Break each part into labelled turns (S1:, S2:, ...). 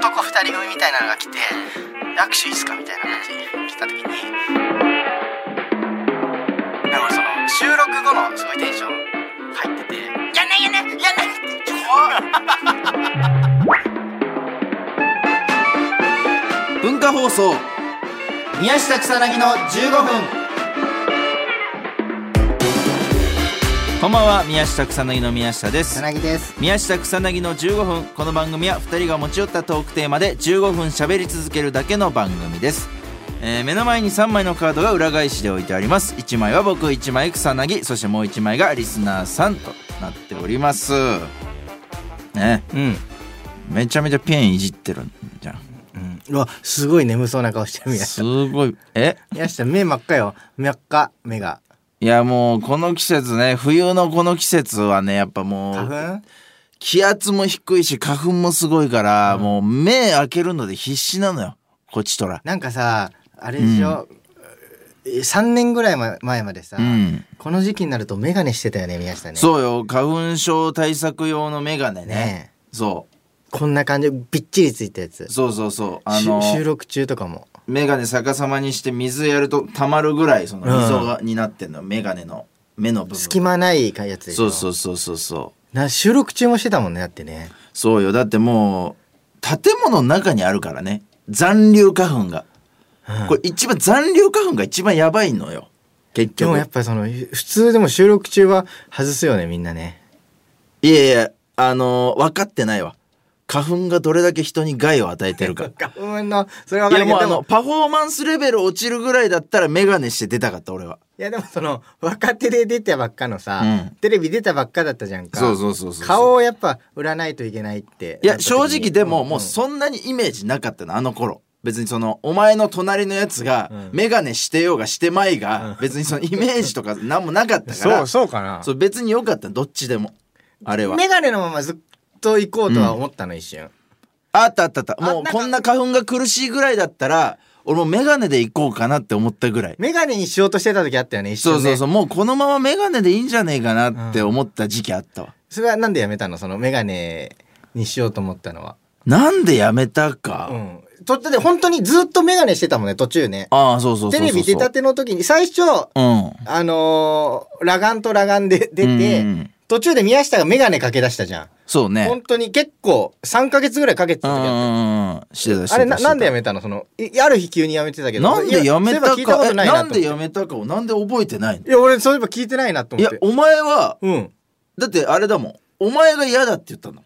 S1: 男2人組みたいなのが来て握手いいっすかみたいな感じで来た時になんかその収録後のすごいテンション入ってて「やんないやんないやんない!」って怖っ
S2: 文化放送
S1: 宮下草薙の15分
S2: こんばんは宮下草薙の宮下です
S1: 薙です
S2: 宮下草薙の15分この番組は2人が持ち寄ったトークテーマで15分喋り続けるだけの番組です、えー目の前に3枚のカードが裏返しで置いてあります1枚は僕1枚草薙そしてもう1枚がリスナーさんとなっておりますね
S1: うん、
S2: めちゃめちゃペンいじってるんじゃん
S1: うん、うわすごい眠そうな顔してる宮
S2: す
S1: 下
S2: ごいえ
S1: 宮下目真っ赤よ真っ赤目が
S2: いやもうこの季節ね冬のこの季節はねやっぱもう
S1: 花粉
S2: 気圧も低いし花粉もすごいから、もう目開けるので必死なのよこっちとら
S1: なんかさあれでしょ、3年ぐらいま前までさ、
S2: うん、
S1: この時期になると眼鏡してたよね宮下ね
S2: そうよ花粉症対策用のメガネね
S1: ね
S2: そ
S1: こんな感じびっちりついたやつ
S2: うそうそうそうあ
S1: し
S2: の
S1: 収録中とかも
S2: メガネ逆さまにして水やると溜まるぐらいその溝が、になってんのメガネの目の部分
S1: 隙間ないやつでし
S2: そ
S1: ょ
S2: うそうそうそうそう
S1: な収録中もしてたもんねだってね
S2: そうよだってもう建物の中にあるからね残留花粉が、
S1: うん
S2: これ一番残留花粉が一番やばいのよ結
S1: で
S2: 局
S1: もやっぱその普通でも収録中は外すよねみんなね
S2: いやいや、あのー分かってないわ。花粉がどれだけ人に害を与えて るか。
S1: 花粉のそれはい分か
S2: や
S1: るけ
S2: も
S1: ど
S2: うあ
S1: で
S2: の、
S1: も
S2: パフォーマンスレベル落ちるぐらいだったらメガネして出たかった、俺は。
S1: いやでもその若手で出たばっかのさ、
S2: うん
S1: テレビ出たばっかだったじゃんか
S2: そうそうそうそう。
S1: 顔をやっぱ売らないといけないって
S2: い
S1: な
S2: や、
S1: った時に
S2: 正直でも、もうんそんなにイメージなかったの、あの頃。別にその、お前の隣のやつが
S1: うん、
S2: メガネしてようがしてまい
S1: う、
S2: が
S1: ん
S2: 別にそのイメージとか なんもなかったか
S1: そ
S2: ら、
S1: うそうかな
S2: そう別に良かったのどっちでも。あれは。
S1: メガネのままずっと行こうとは思ったの、一瞬
S2: あったあったあった。も
S1: あなん
S2: う
S1: か
S2: こんな花粉が苦しいぐらいだったら、俺もメガネで行こうかなって思ったぐらい。
S1: メガネにしようとしてた時あったよね一瞬
S2: そう
S1: ね
S2: そうそうもうこのままメガネでいいんじゃねえかなって思った時期あったわ、
S1: それはなんでやめたのそのメガネにしようと思ったのは
S2: なんでやめたか、
S1: うんとだって本当にずっとメガネしてたもんね途中ね
S2: ああそうそうそうそう
S1: テレビ出たての時に最初
S2: うん
S1: あのー、裸眼と裸眼で出て、
S2: うんうん
S1: 途中で宮下がメガネかけ出したじゃん、
S2: そうね
S1: 本当に結構3ヶ月ぐらいかけて
S2: う
S1: た
S2: んう
S1: 時あっ
S2: んうんしてたして
S1: た
S2: た
S1: あれななんでや
S2: め
S1: めたのそのいある日急にやめてたけど
S2: なんでやめ
S1: いや
S2: たか
S1: そういえば聞いたこと
S2: え
S1: ないなと
S2: な
S1: 思
S2: ん
S1: って
S2: でやめたかをなんで覚えてないの
S1: いや俺そういえば聞いてないなと
S2: い
S1: 思っ
S2: や
S1: て
S2: お前は
S1: うん
S2: だってあれだもんお前が嫌だって言ったの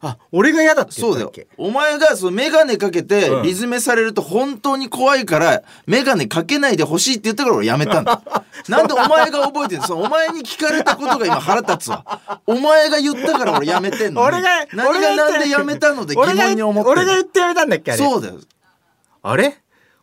S1: あ俺が嫌だって言
S2: そ
S1: っ
S2: う
S1: た
S2: だ
S1: っ
S2: よ
S1: け
S2: お前がそのメガネかけて
S1: うん
S2: リズメされると本当に怖いからメガネかけないでほしいって言ったから俺やめたん だなんでお前が覚えてるそのお前に聞かれたことが今腹立つわお前が言ったから俺やめてんのに
S1: 俺が
S2: 何
S1: 俺
S2: が
S1: が
S2: なんでやめたので疑
S1: 俺が
S2: 問に思って
S1: 俺
S2: る
S1: が言ってやめたんだっけあれ
S2: そうだよ
S1: あれ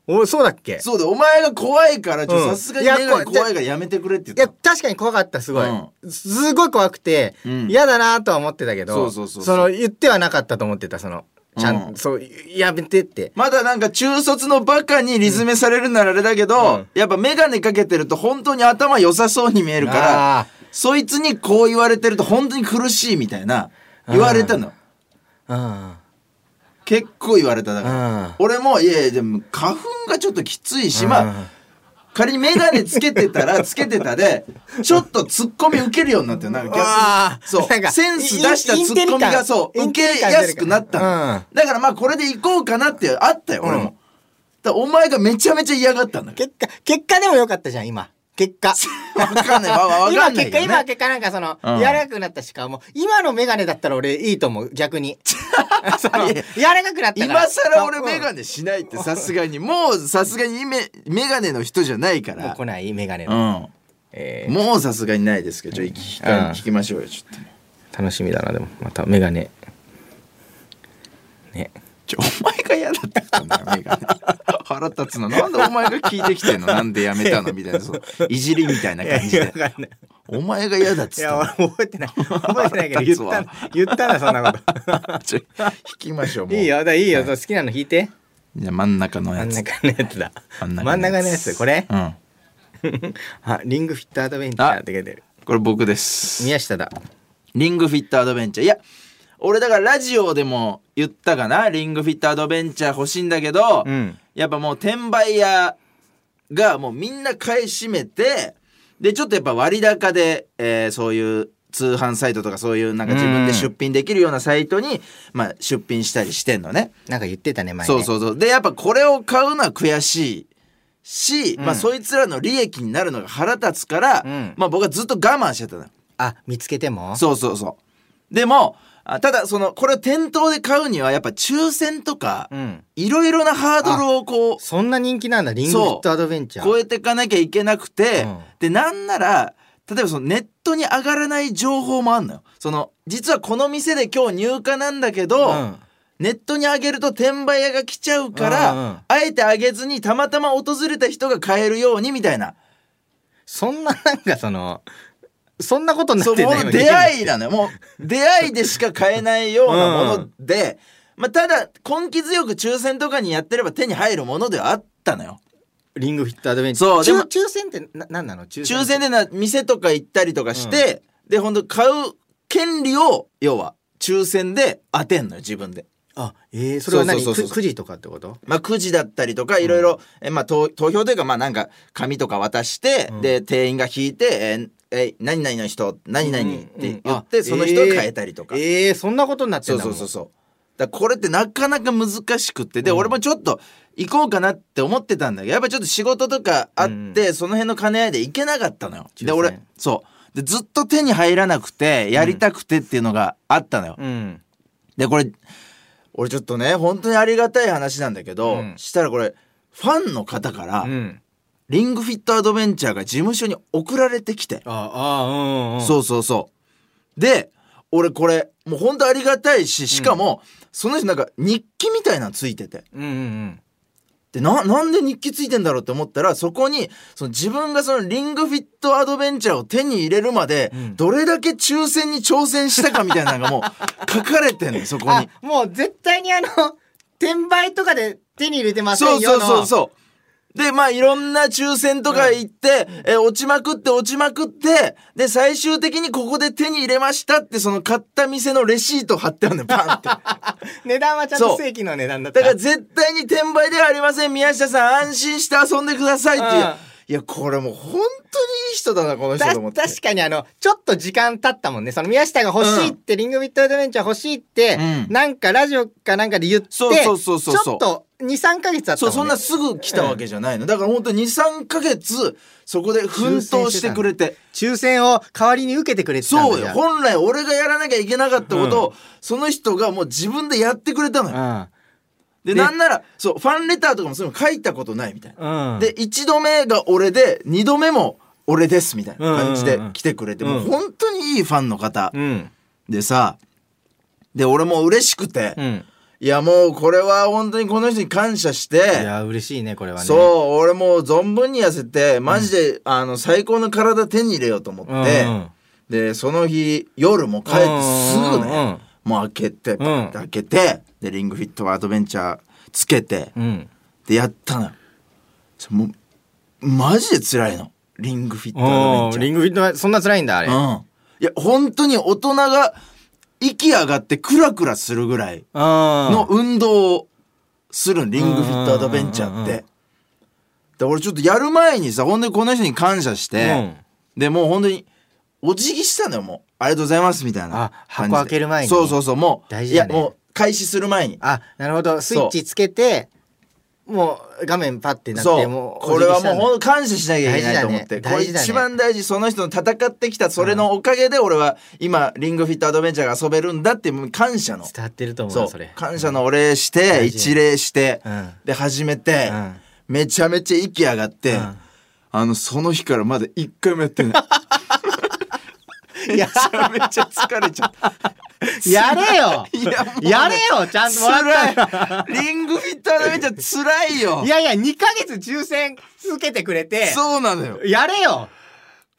S1: おそうだっけ
S2: そうだよお前が怖いからちょ
S1: うん
S2: さすがにメガ
S1: い
S2: ネ
S1: やこじゃ
S2: 怖いからやめてくれって
S1: いや
S2: 言った
S1: 確かに怖かったすごい、
S2: う
S1: すごい怖くて
S2: うん
S1: 嫌、だなとは思ってたけど
S2: そうそうそうそう
S1: の言ってはなかったと思ってたそのちゃん、
S2: うん
S1: そうやめてって
S2: まだなんか中卒のバカにリズメされるならあれだけど、
S1: うん
S2: やっぱメガネかけてると本当に頭良さそうに見えるから
S1: あ
S2: そいつにこう言われてると本当に苦しいみたいな
S1: あー
S2: 言われたの
S1: ー
S2: 結構言われただ
S1: うん
S2: から
S1: うん
S2: 俺もいやいやでも花粉がちょっときついしまあ仮に眼鏡つけてた らつけてたでちょっとツッコミ受けるようになってるなんか
S1: あー
S2: 逆
S1: なん
S2: にそう
S1: か
S2: センス出した
S1: イン
S2: ツッコミがそう
S1: イン
S2: 受
S1: テリ
S2: け
S1: 感インテリ感
S2: やすくなったの、
S1: うん
S2: だからまあこれでいこうかなってあったよ俺も、
S1: うん
S2: だからお前がめちゃめちゃ嫌がったんだけ
S1: 結果結果でもよかったじゃん今結 果
S2: ど分かんないわわわか
S1: 今
S2: んない
S1: 結
S2: け
S1: 果
S2: ど、ね、
S1: 今結果なんかその、
S2: うん
S1: 柔らかくなったしかもう今の眼鏡だったら俺いいと思う逆 にその 柔らかくなったから
S2: 今更俺メ
S1: ネ
S2: ガネしないってさすがにもうさすがにメメガネの人じゃないか
S1: もう
S2: ら
S1: 来ない眼鏡の、
S2: う
S1: え
S2: んもうさすがにないですけどちょっと聞き,、
S1: うん
S2: 聞きましょうよちょっと
S1: ー楽しみだなでもまた眼鏡ね
S2: ちょお前が嫌だって言ったんだよメガネ腹立つななんでお前が聞いてきてんのなんでやめたのみたいなそういじりみたいない
S1: や
S2: 感
S1: い
S2: じ
S1: や わ
S2: で
S1: かんない
S2: お前が嫌だっ
S1: い
S2: つっ
S1: や
S2: た
S1: 俺覚えて ない覚えてないけど
S2: 腹立
S1: 言
S2: つ
S1: っ
S2: わ
S1: たな言ったなそんなこ
S2: の ちょ弾きましょうも
S1: と
S2: う
S1: いいよだからいいよ、好きなの弾いて
S2: じゃあ真ん中の
S1: 真
S2: や
S1: ん
S2: つ
S1: 中のやつだ真ん中のやつこれ
S2: うん
S1: あリングフィットアドベンチャーって書いてある
S2: これ僕です
S1: 宮下だ
S2: リングフィットアドベンチャーいや俺だからラジオでも言ったかなリングフィットアドベンチャー欲しいんだけど、
S1: うん
S2: やっぱもう転売屋がもうみんな買い占めてでちょっとやっぱ割高で、えーそういう通販サイトとかそういうなんか自分で出品できるようなサイトに、まあ、出品したりしてんのね。
S1: なんか言ってたね前ね
S2: そうそうそうでやっぱこれを買うのは悔しいし、まあ、そいつらの利益になるのが腹立つから、
S1: うん
S2: まあ、僕はずっと我慢してたのよ
S1: あ見つけても
S2: そうそうそうでもあただそのこれを店頭で買うにはやっぱ抽選とか
S1: うん
S2: いろいろなハードルをこう
S1: そんな人気なんだリングフィットアドベンチャー
S2: 超えていかなきゃいけなくて、
S1: うん
S2: でなんなら例えばそのネットに上がらない情報もあんのよその実はこの店で今日入荷なんだけど、
S1: うん
S2: ネットに上げると転売屋が来ちゃうから、
S1: うんうん
S2: あえて上げずにたまたま訪れた人が買えるようにみたいな
S1: そんななんかそのそんなことにな
S2: そ
S1: っ
S2: う
S1: てん
S2: も
S1: だ
S2: う出会
S1: い
S2: いなのよもう出会いでしか買えないようなもので、まあ、ただ根気強く抽選とかにやってれば手に入るものではあったのよ。
S1: リングフィットアドベンチャー
S2: そうでも
S1: 抽抽選ってななんなの抽
S2: 抽選でな店とか行ったりとかして、でほんと買う権利を要は抽選で当てんのよ自分で。
S1: あえー、それは何
S2: そうそうそうそう
S1: くくじとかってこと
S2: まあ、くじだったりとかいろいろえまあ投投票というかまあなんか紙とか渡して、
S1: うん
S2: で店員が引いて「えーえ何々の人何々」って言って、
S1: うん
S2: その人を変えたりとか、
S1: えー、そんなことになって
S2: そ
S1: ん
S2: う
S1: だ
S2: そ
S1: も
S2: うんそうそうだからこれってなかなか難しくってで、
S1: うん
S2: 俺もちょっと行こうかなって思ってたんだけどやっぱちょっと仕事とかあって、
S1: う
S2: その辺の兼ね合いで行けなかったのよ
S1: 抽
S2: で
S1: 選
S2: 俺そうでずっと手に入らなくてやりたくてっていうのがあったのよ、
S1: うん
S2: でこれ俺ちょっとね本当にありがたい話なんだけど、
S1: うん
S2: したらこれファンの方から、
S1: うん
S2: リングフィットアドベンチャーが事務所に送られてきて、
S1: ああうんうん
S2: そうそうそうで俺これもう本当ありがたいししかも、その人なんか日記みたいなのついてて
S1: うんうんうん
S2: でななんで日記ついてんだろうって思ったらそこにその自分がそのリングフィットアドベンチャーを手に入れるまで、
S1: うん
S2: どれだけ抽選に挑戦したかみたいなのがも う書かれてんのよそこ
S1: あ
S2: に。
S1: もう絶対にあの転売とかで手に入れてませ
S2: そ
S1: ん
S2: う
S1: よ
S2: そう
S1: の
S2: そうそう。で、まあ、いろんな抽選とか行って、え、落ちまくって、落ちまくって、で、最終的にここで手に入れましたって、その買った店のレシート貼ってあるのよ、パンって。だか
S1: 値段はちゃんと
S2: そう
S1: 正規の値段だった
S2: ら絶対に転売ではありません、宮下さん、安心して遊んでくださいっていう。
S1: うん
S2: いや、これもう本当にいい人だな、この人
S1: た
S2: と思って。
S1: 確かにあのちょっと時間経ったもんねその宮下が欲しいって、リングビットアドベンチャー欲しいって、
S2: うん
S1: なんかラジオかなんかで言って
S2: そうそうそうそう
S1: ちょっと23か月あった
S2: そ
S1: もんね
S2: う、そんなすぐ来たわけじゃないの。だから本当に2、3ヶ月、そこで奮闘してくれて。
S1: 抽選を代わりに受けてくれてたんだ
S2: そう
S1: じ
S2: よ
S1: ゃあ
S2: 本来俺がやらなきゃいけなかったことを、その人がもう自分でやってくれたのよ、で、
S1: ね
S2: なんならそうファンレターとかもそういうの書いたことないみたいな、
S1: うんうん
S2: で1度目が俺で2度目も俺ですみたいな感じ
S1: う
S2: で
S1: んうんうん
S2: 来てくれて、
S1: うん
S2: もう本当にいいファンの方
S1: うん
S2: でさで俺も嬉しくて、
S1: うん
S2: いやもうこれは本当にこの人に感謝して
S1: いや嬉しいねこれはね
S2: そう俺もう存分に痩せてマジで、あの最高の体手に入れようと思って、
S1: うんうん
S2: でその日夜も帰ってす
S1: う
S2: ぐね、
S1: んうんうん
S2: もう開けてパッて開けて、でリングフィットアドベンチャーつけて、
S1: うん
S2: でやったのよそれもうマジで辛いのリングフィットアド
S1: おー
S2: ベンチ
S1: リングフィットはそんな辛いんだあ
S2: ャ
S1: れ、
S2: ーうんいや本当に大人が息上がってクラクラするぐらいの
S1: の
S2: 運動をするのリングフィットアドベンチャーっ
S1: うんうんうんうん
S2: て。で俺ちょっとやる前にさ本当にこの人に感謝して、でもう本当にお辞儀したのよもうありがとうございますみたいな
S1: あ
S2: 感じで
S1: 箱開ける前に
S2: そうそうそうもう
S1: 大事だね
S2: いやもう開始する前に
S1: あなるほどスイッチつけてもう画面パッてなっ
S2: そ
S1: て
S2: う
S1: もう
S2: これはもう
S1: う
S2: 本当感謝しなきゃいけないと思っ
S1: 大事だ
S2: て、
S1: ね
S2: これ
S1: 大事だね
S2: 一番大事その人の戦ってきたそれのおかげで俺は今リングフィットアドベンチャーが遊べるんだっていう感謝の
S1: 伝わってると思う
S2: そ
S1: な
S2: う
S1: それ
S2: 感謝のお礼して、
S1: 大事
S2: 一礼して、
S1: うん
S2: で始めて、
S1: うん
S2: めちゃめちゃ息上がって、
S1: うん
S2: あのその日からまだ一回もやってな い
S1: いや
S2: めちゃめちゃ疲れちゃった
S1: やれよ
S2: いやもう
S1: やれよちゃんともらった
S2: 辛いリングフィットアドベンチャー辛いよ
S1: いやいや2ヶ月抽選続けてくれて
S2: そうなのよ
S1: やれよ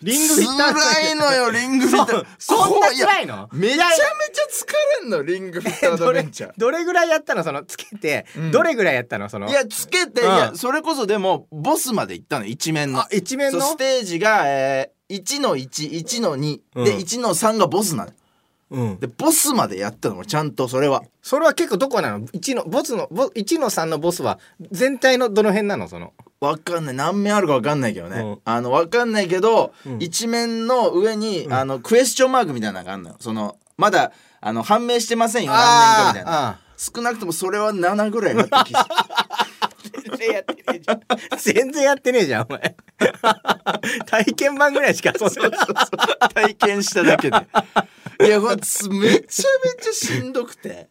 S1: リングフィッター
S2: 辛いのよリングフィット
S1: そうそんな辛いの
S2: こうやめちゃめちゃ疲れんのリングフィットアド
S1: ど
S2: ベ
S1: れ
S2: ンチャー
S1: どれぐらいやったのそのつけて、
S2: うん
S1: どれぐらいやったのその
S2: いやつけて、
S1: うん
S2: いやそれこそでもボスまで行ったの一面の
S1: あ一面の
S2: そうステージが、えー、1の11の2、
S1: うん
S2: で1の3がボスなの
S1: うん
S2: でボスまでやったの俺ちゃんとそれは
S1: それは結構どこなの一のボスのボ一のさんのボスは全体のどの辺なのその
S2: わかんない何面あるかわかんないけどね、
S1: うん
S2: あのわかんないけど、
S1: うん
S2: 一面の上に、あのクエスチョンマークみたいなのがあるのよそのまだあの判明してませんよ何面かみたいな
S1: あ
S2: 少なくともそれは7ぐらいだった気がする
S1: ーあー 全然やってねえじゃんお前 体験版ぐらいしか遊んでない
S2: 体験しただけ でいやこれつめちゃめちゃしんどくて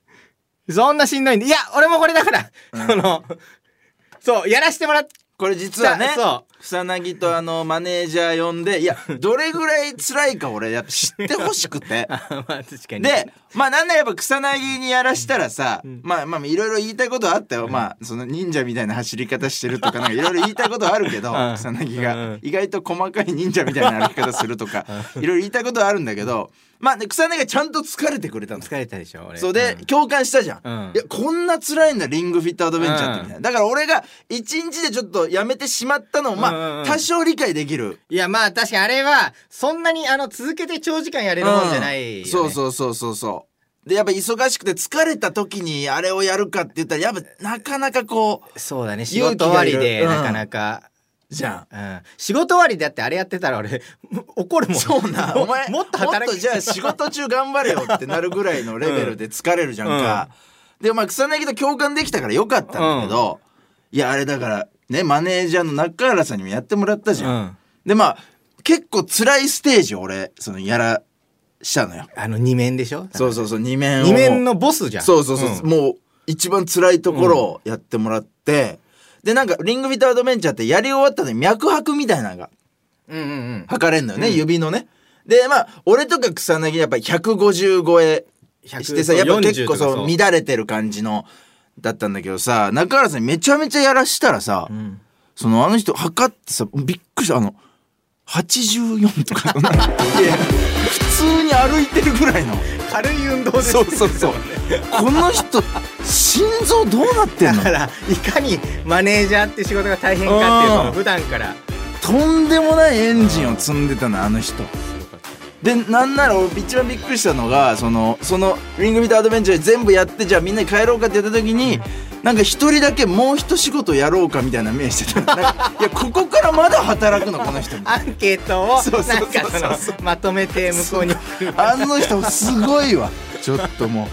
S1: そんなしんどいんでいや俺もこれだから、 そのそうやらしてもらっ
S2: これ実はね
S1: そう
S2: 草薙とあのマネージャー呼んでいやどれぐらい辛いか俺やっぱ知ってほしく て
S1: あまあ確かに
S2: でまあなんならやっぱ草薙にやらしたらさ、
S1: ん
S2: まあまあいろいろ言いたいことはあったよ、まあその忍者みたいな走り方してるとかなんかいろいろ言いたいことはあるけど、
S1: うん
S2: 草薙が、
S1: うん
S2: 意外と細かい忍者みたいな歩き方するとか、いろいろ言いたいことはあるんだけどまあで草薙がちゃんと疲れてくれたんです
S1: 疲れたでしょ俺
S2: そうで、共感したじゃん、
S1: うん
S2: いやこんな辛いんだリングフィットアドベンチャーってみたいな、だから俺が一日でちょっとやめてしまったのもまあ、
S1: うんうんうん
S2: 多少理解できる
S1: いやまあ確かにあれはそんなにあの続けて長時間やれるもんじゃないよ、ね
S2: うんそうそうそうそうそうでやっぱ忙しくて疲れた時にあれをやるかって言ったらやっぱなかなかこう
S1: そうだね仕
S2: 勇気
S1: 事
S2: が
S1: 終
S2: いる
S1: わりで
S2: うん
S1: なかなか、
S2: じゃ
S1: うん、仕事終わりだってあれやってたら俺も怒るも
S2: ん
S1: ん
S2: そうな
S1: も
S2: お前
S1: もっと働き
S2: じゃあ仕事中頑張れよってなるぐらいのレベルで疲れるじゃんか、でまあ草薙と共感できたからよかったんだけど、いやあれだからねマネージャーの中原さんにもやってもらったじゃん、
S1: うん
S2: でまあ結構辛いステージを俺そのやらしたのよ
S1: あの二面でしょ
S2: そうそうそう2面を
S1: 二面のボスじゃん
S2: そうそうそう、もう一番辛いところをやってもらって、でなんか「リングフィットアドベンチャー」ってやり終わったのに脈拍みたいなのが
S1: うんうんうん
S2: 測れんのよね、指のね。でまあ俺とか草薙やっぱ150超えしてさ
S1: 100
S2: やっぱ結構
S1: 40とか
S2: そう乱れてる感じのだったんだけどさ中原さんにめちゃめちゃやらしたらさ、
S1: ん
S2: そのあの人測ってさびっくりしたあの84とかいや普通に歩いてるぐらいの。
S1: 軽い運動です
S2: そうそうそう。この人心臓どうなってんの
S1: だ？からいかにマネージャーって仕事が大変かっていう
S2: うん
S1: その普段から
S2: とんでもないエンジンを積んでたのあの人。でなんなら俺一番びっくりしたのがそのそのリングビートアドベンチャーで全部やってじゃあみんなに帰ろうかってやった時に。なんか一人だけもう一仕事やろうかみたいな目してたなんかいやここからまだ働くのこの 人みたい
S1: アンケートを
S2: そうそ
S1: な
S2: うそ
S1: ん
S2: うそう
S1: かそのまとめて向こうに
S2: なあの人すごいわちょっとも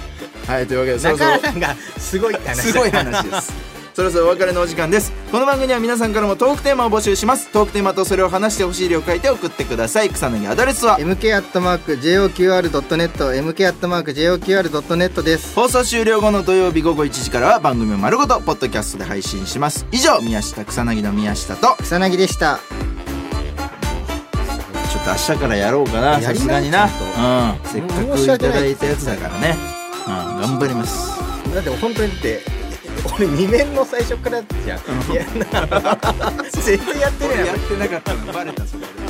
S2: うはいというわけでそろ
S1: 中
S2: そろ
S1: 原さんがすごいって話だ
S2: すごい話です。そろそろお別れのお時間です。この番組は皆さんからもトークテーマを募集します。トークテーマとそれを話してほしい理を書いて送ってください。草薙アドレスは
S1: mk.joqr.net mk.joqr.net です
S2: 放送終了後の土曜日午後1時からは番組を丸ごとポッドキャストで配信します。以上、宮下草薙の宮下と、
S1: 草薙でした
S2: ちょっと明日からやろうかな。
S1: や
S2: さ
S1: りな
S2: すがにな。うん
S1: ち。
S2: せっ
S1: もう
S2: かく
S1: 申
S2: い
S1: した訳ない
S2: だいたやつだからね。うん、頑張ります。
S1: だって本当にだって 俺二面の最初からじゃんいやな全然やってねえな
S2: てなかったのバレたそれで。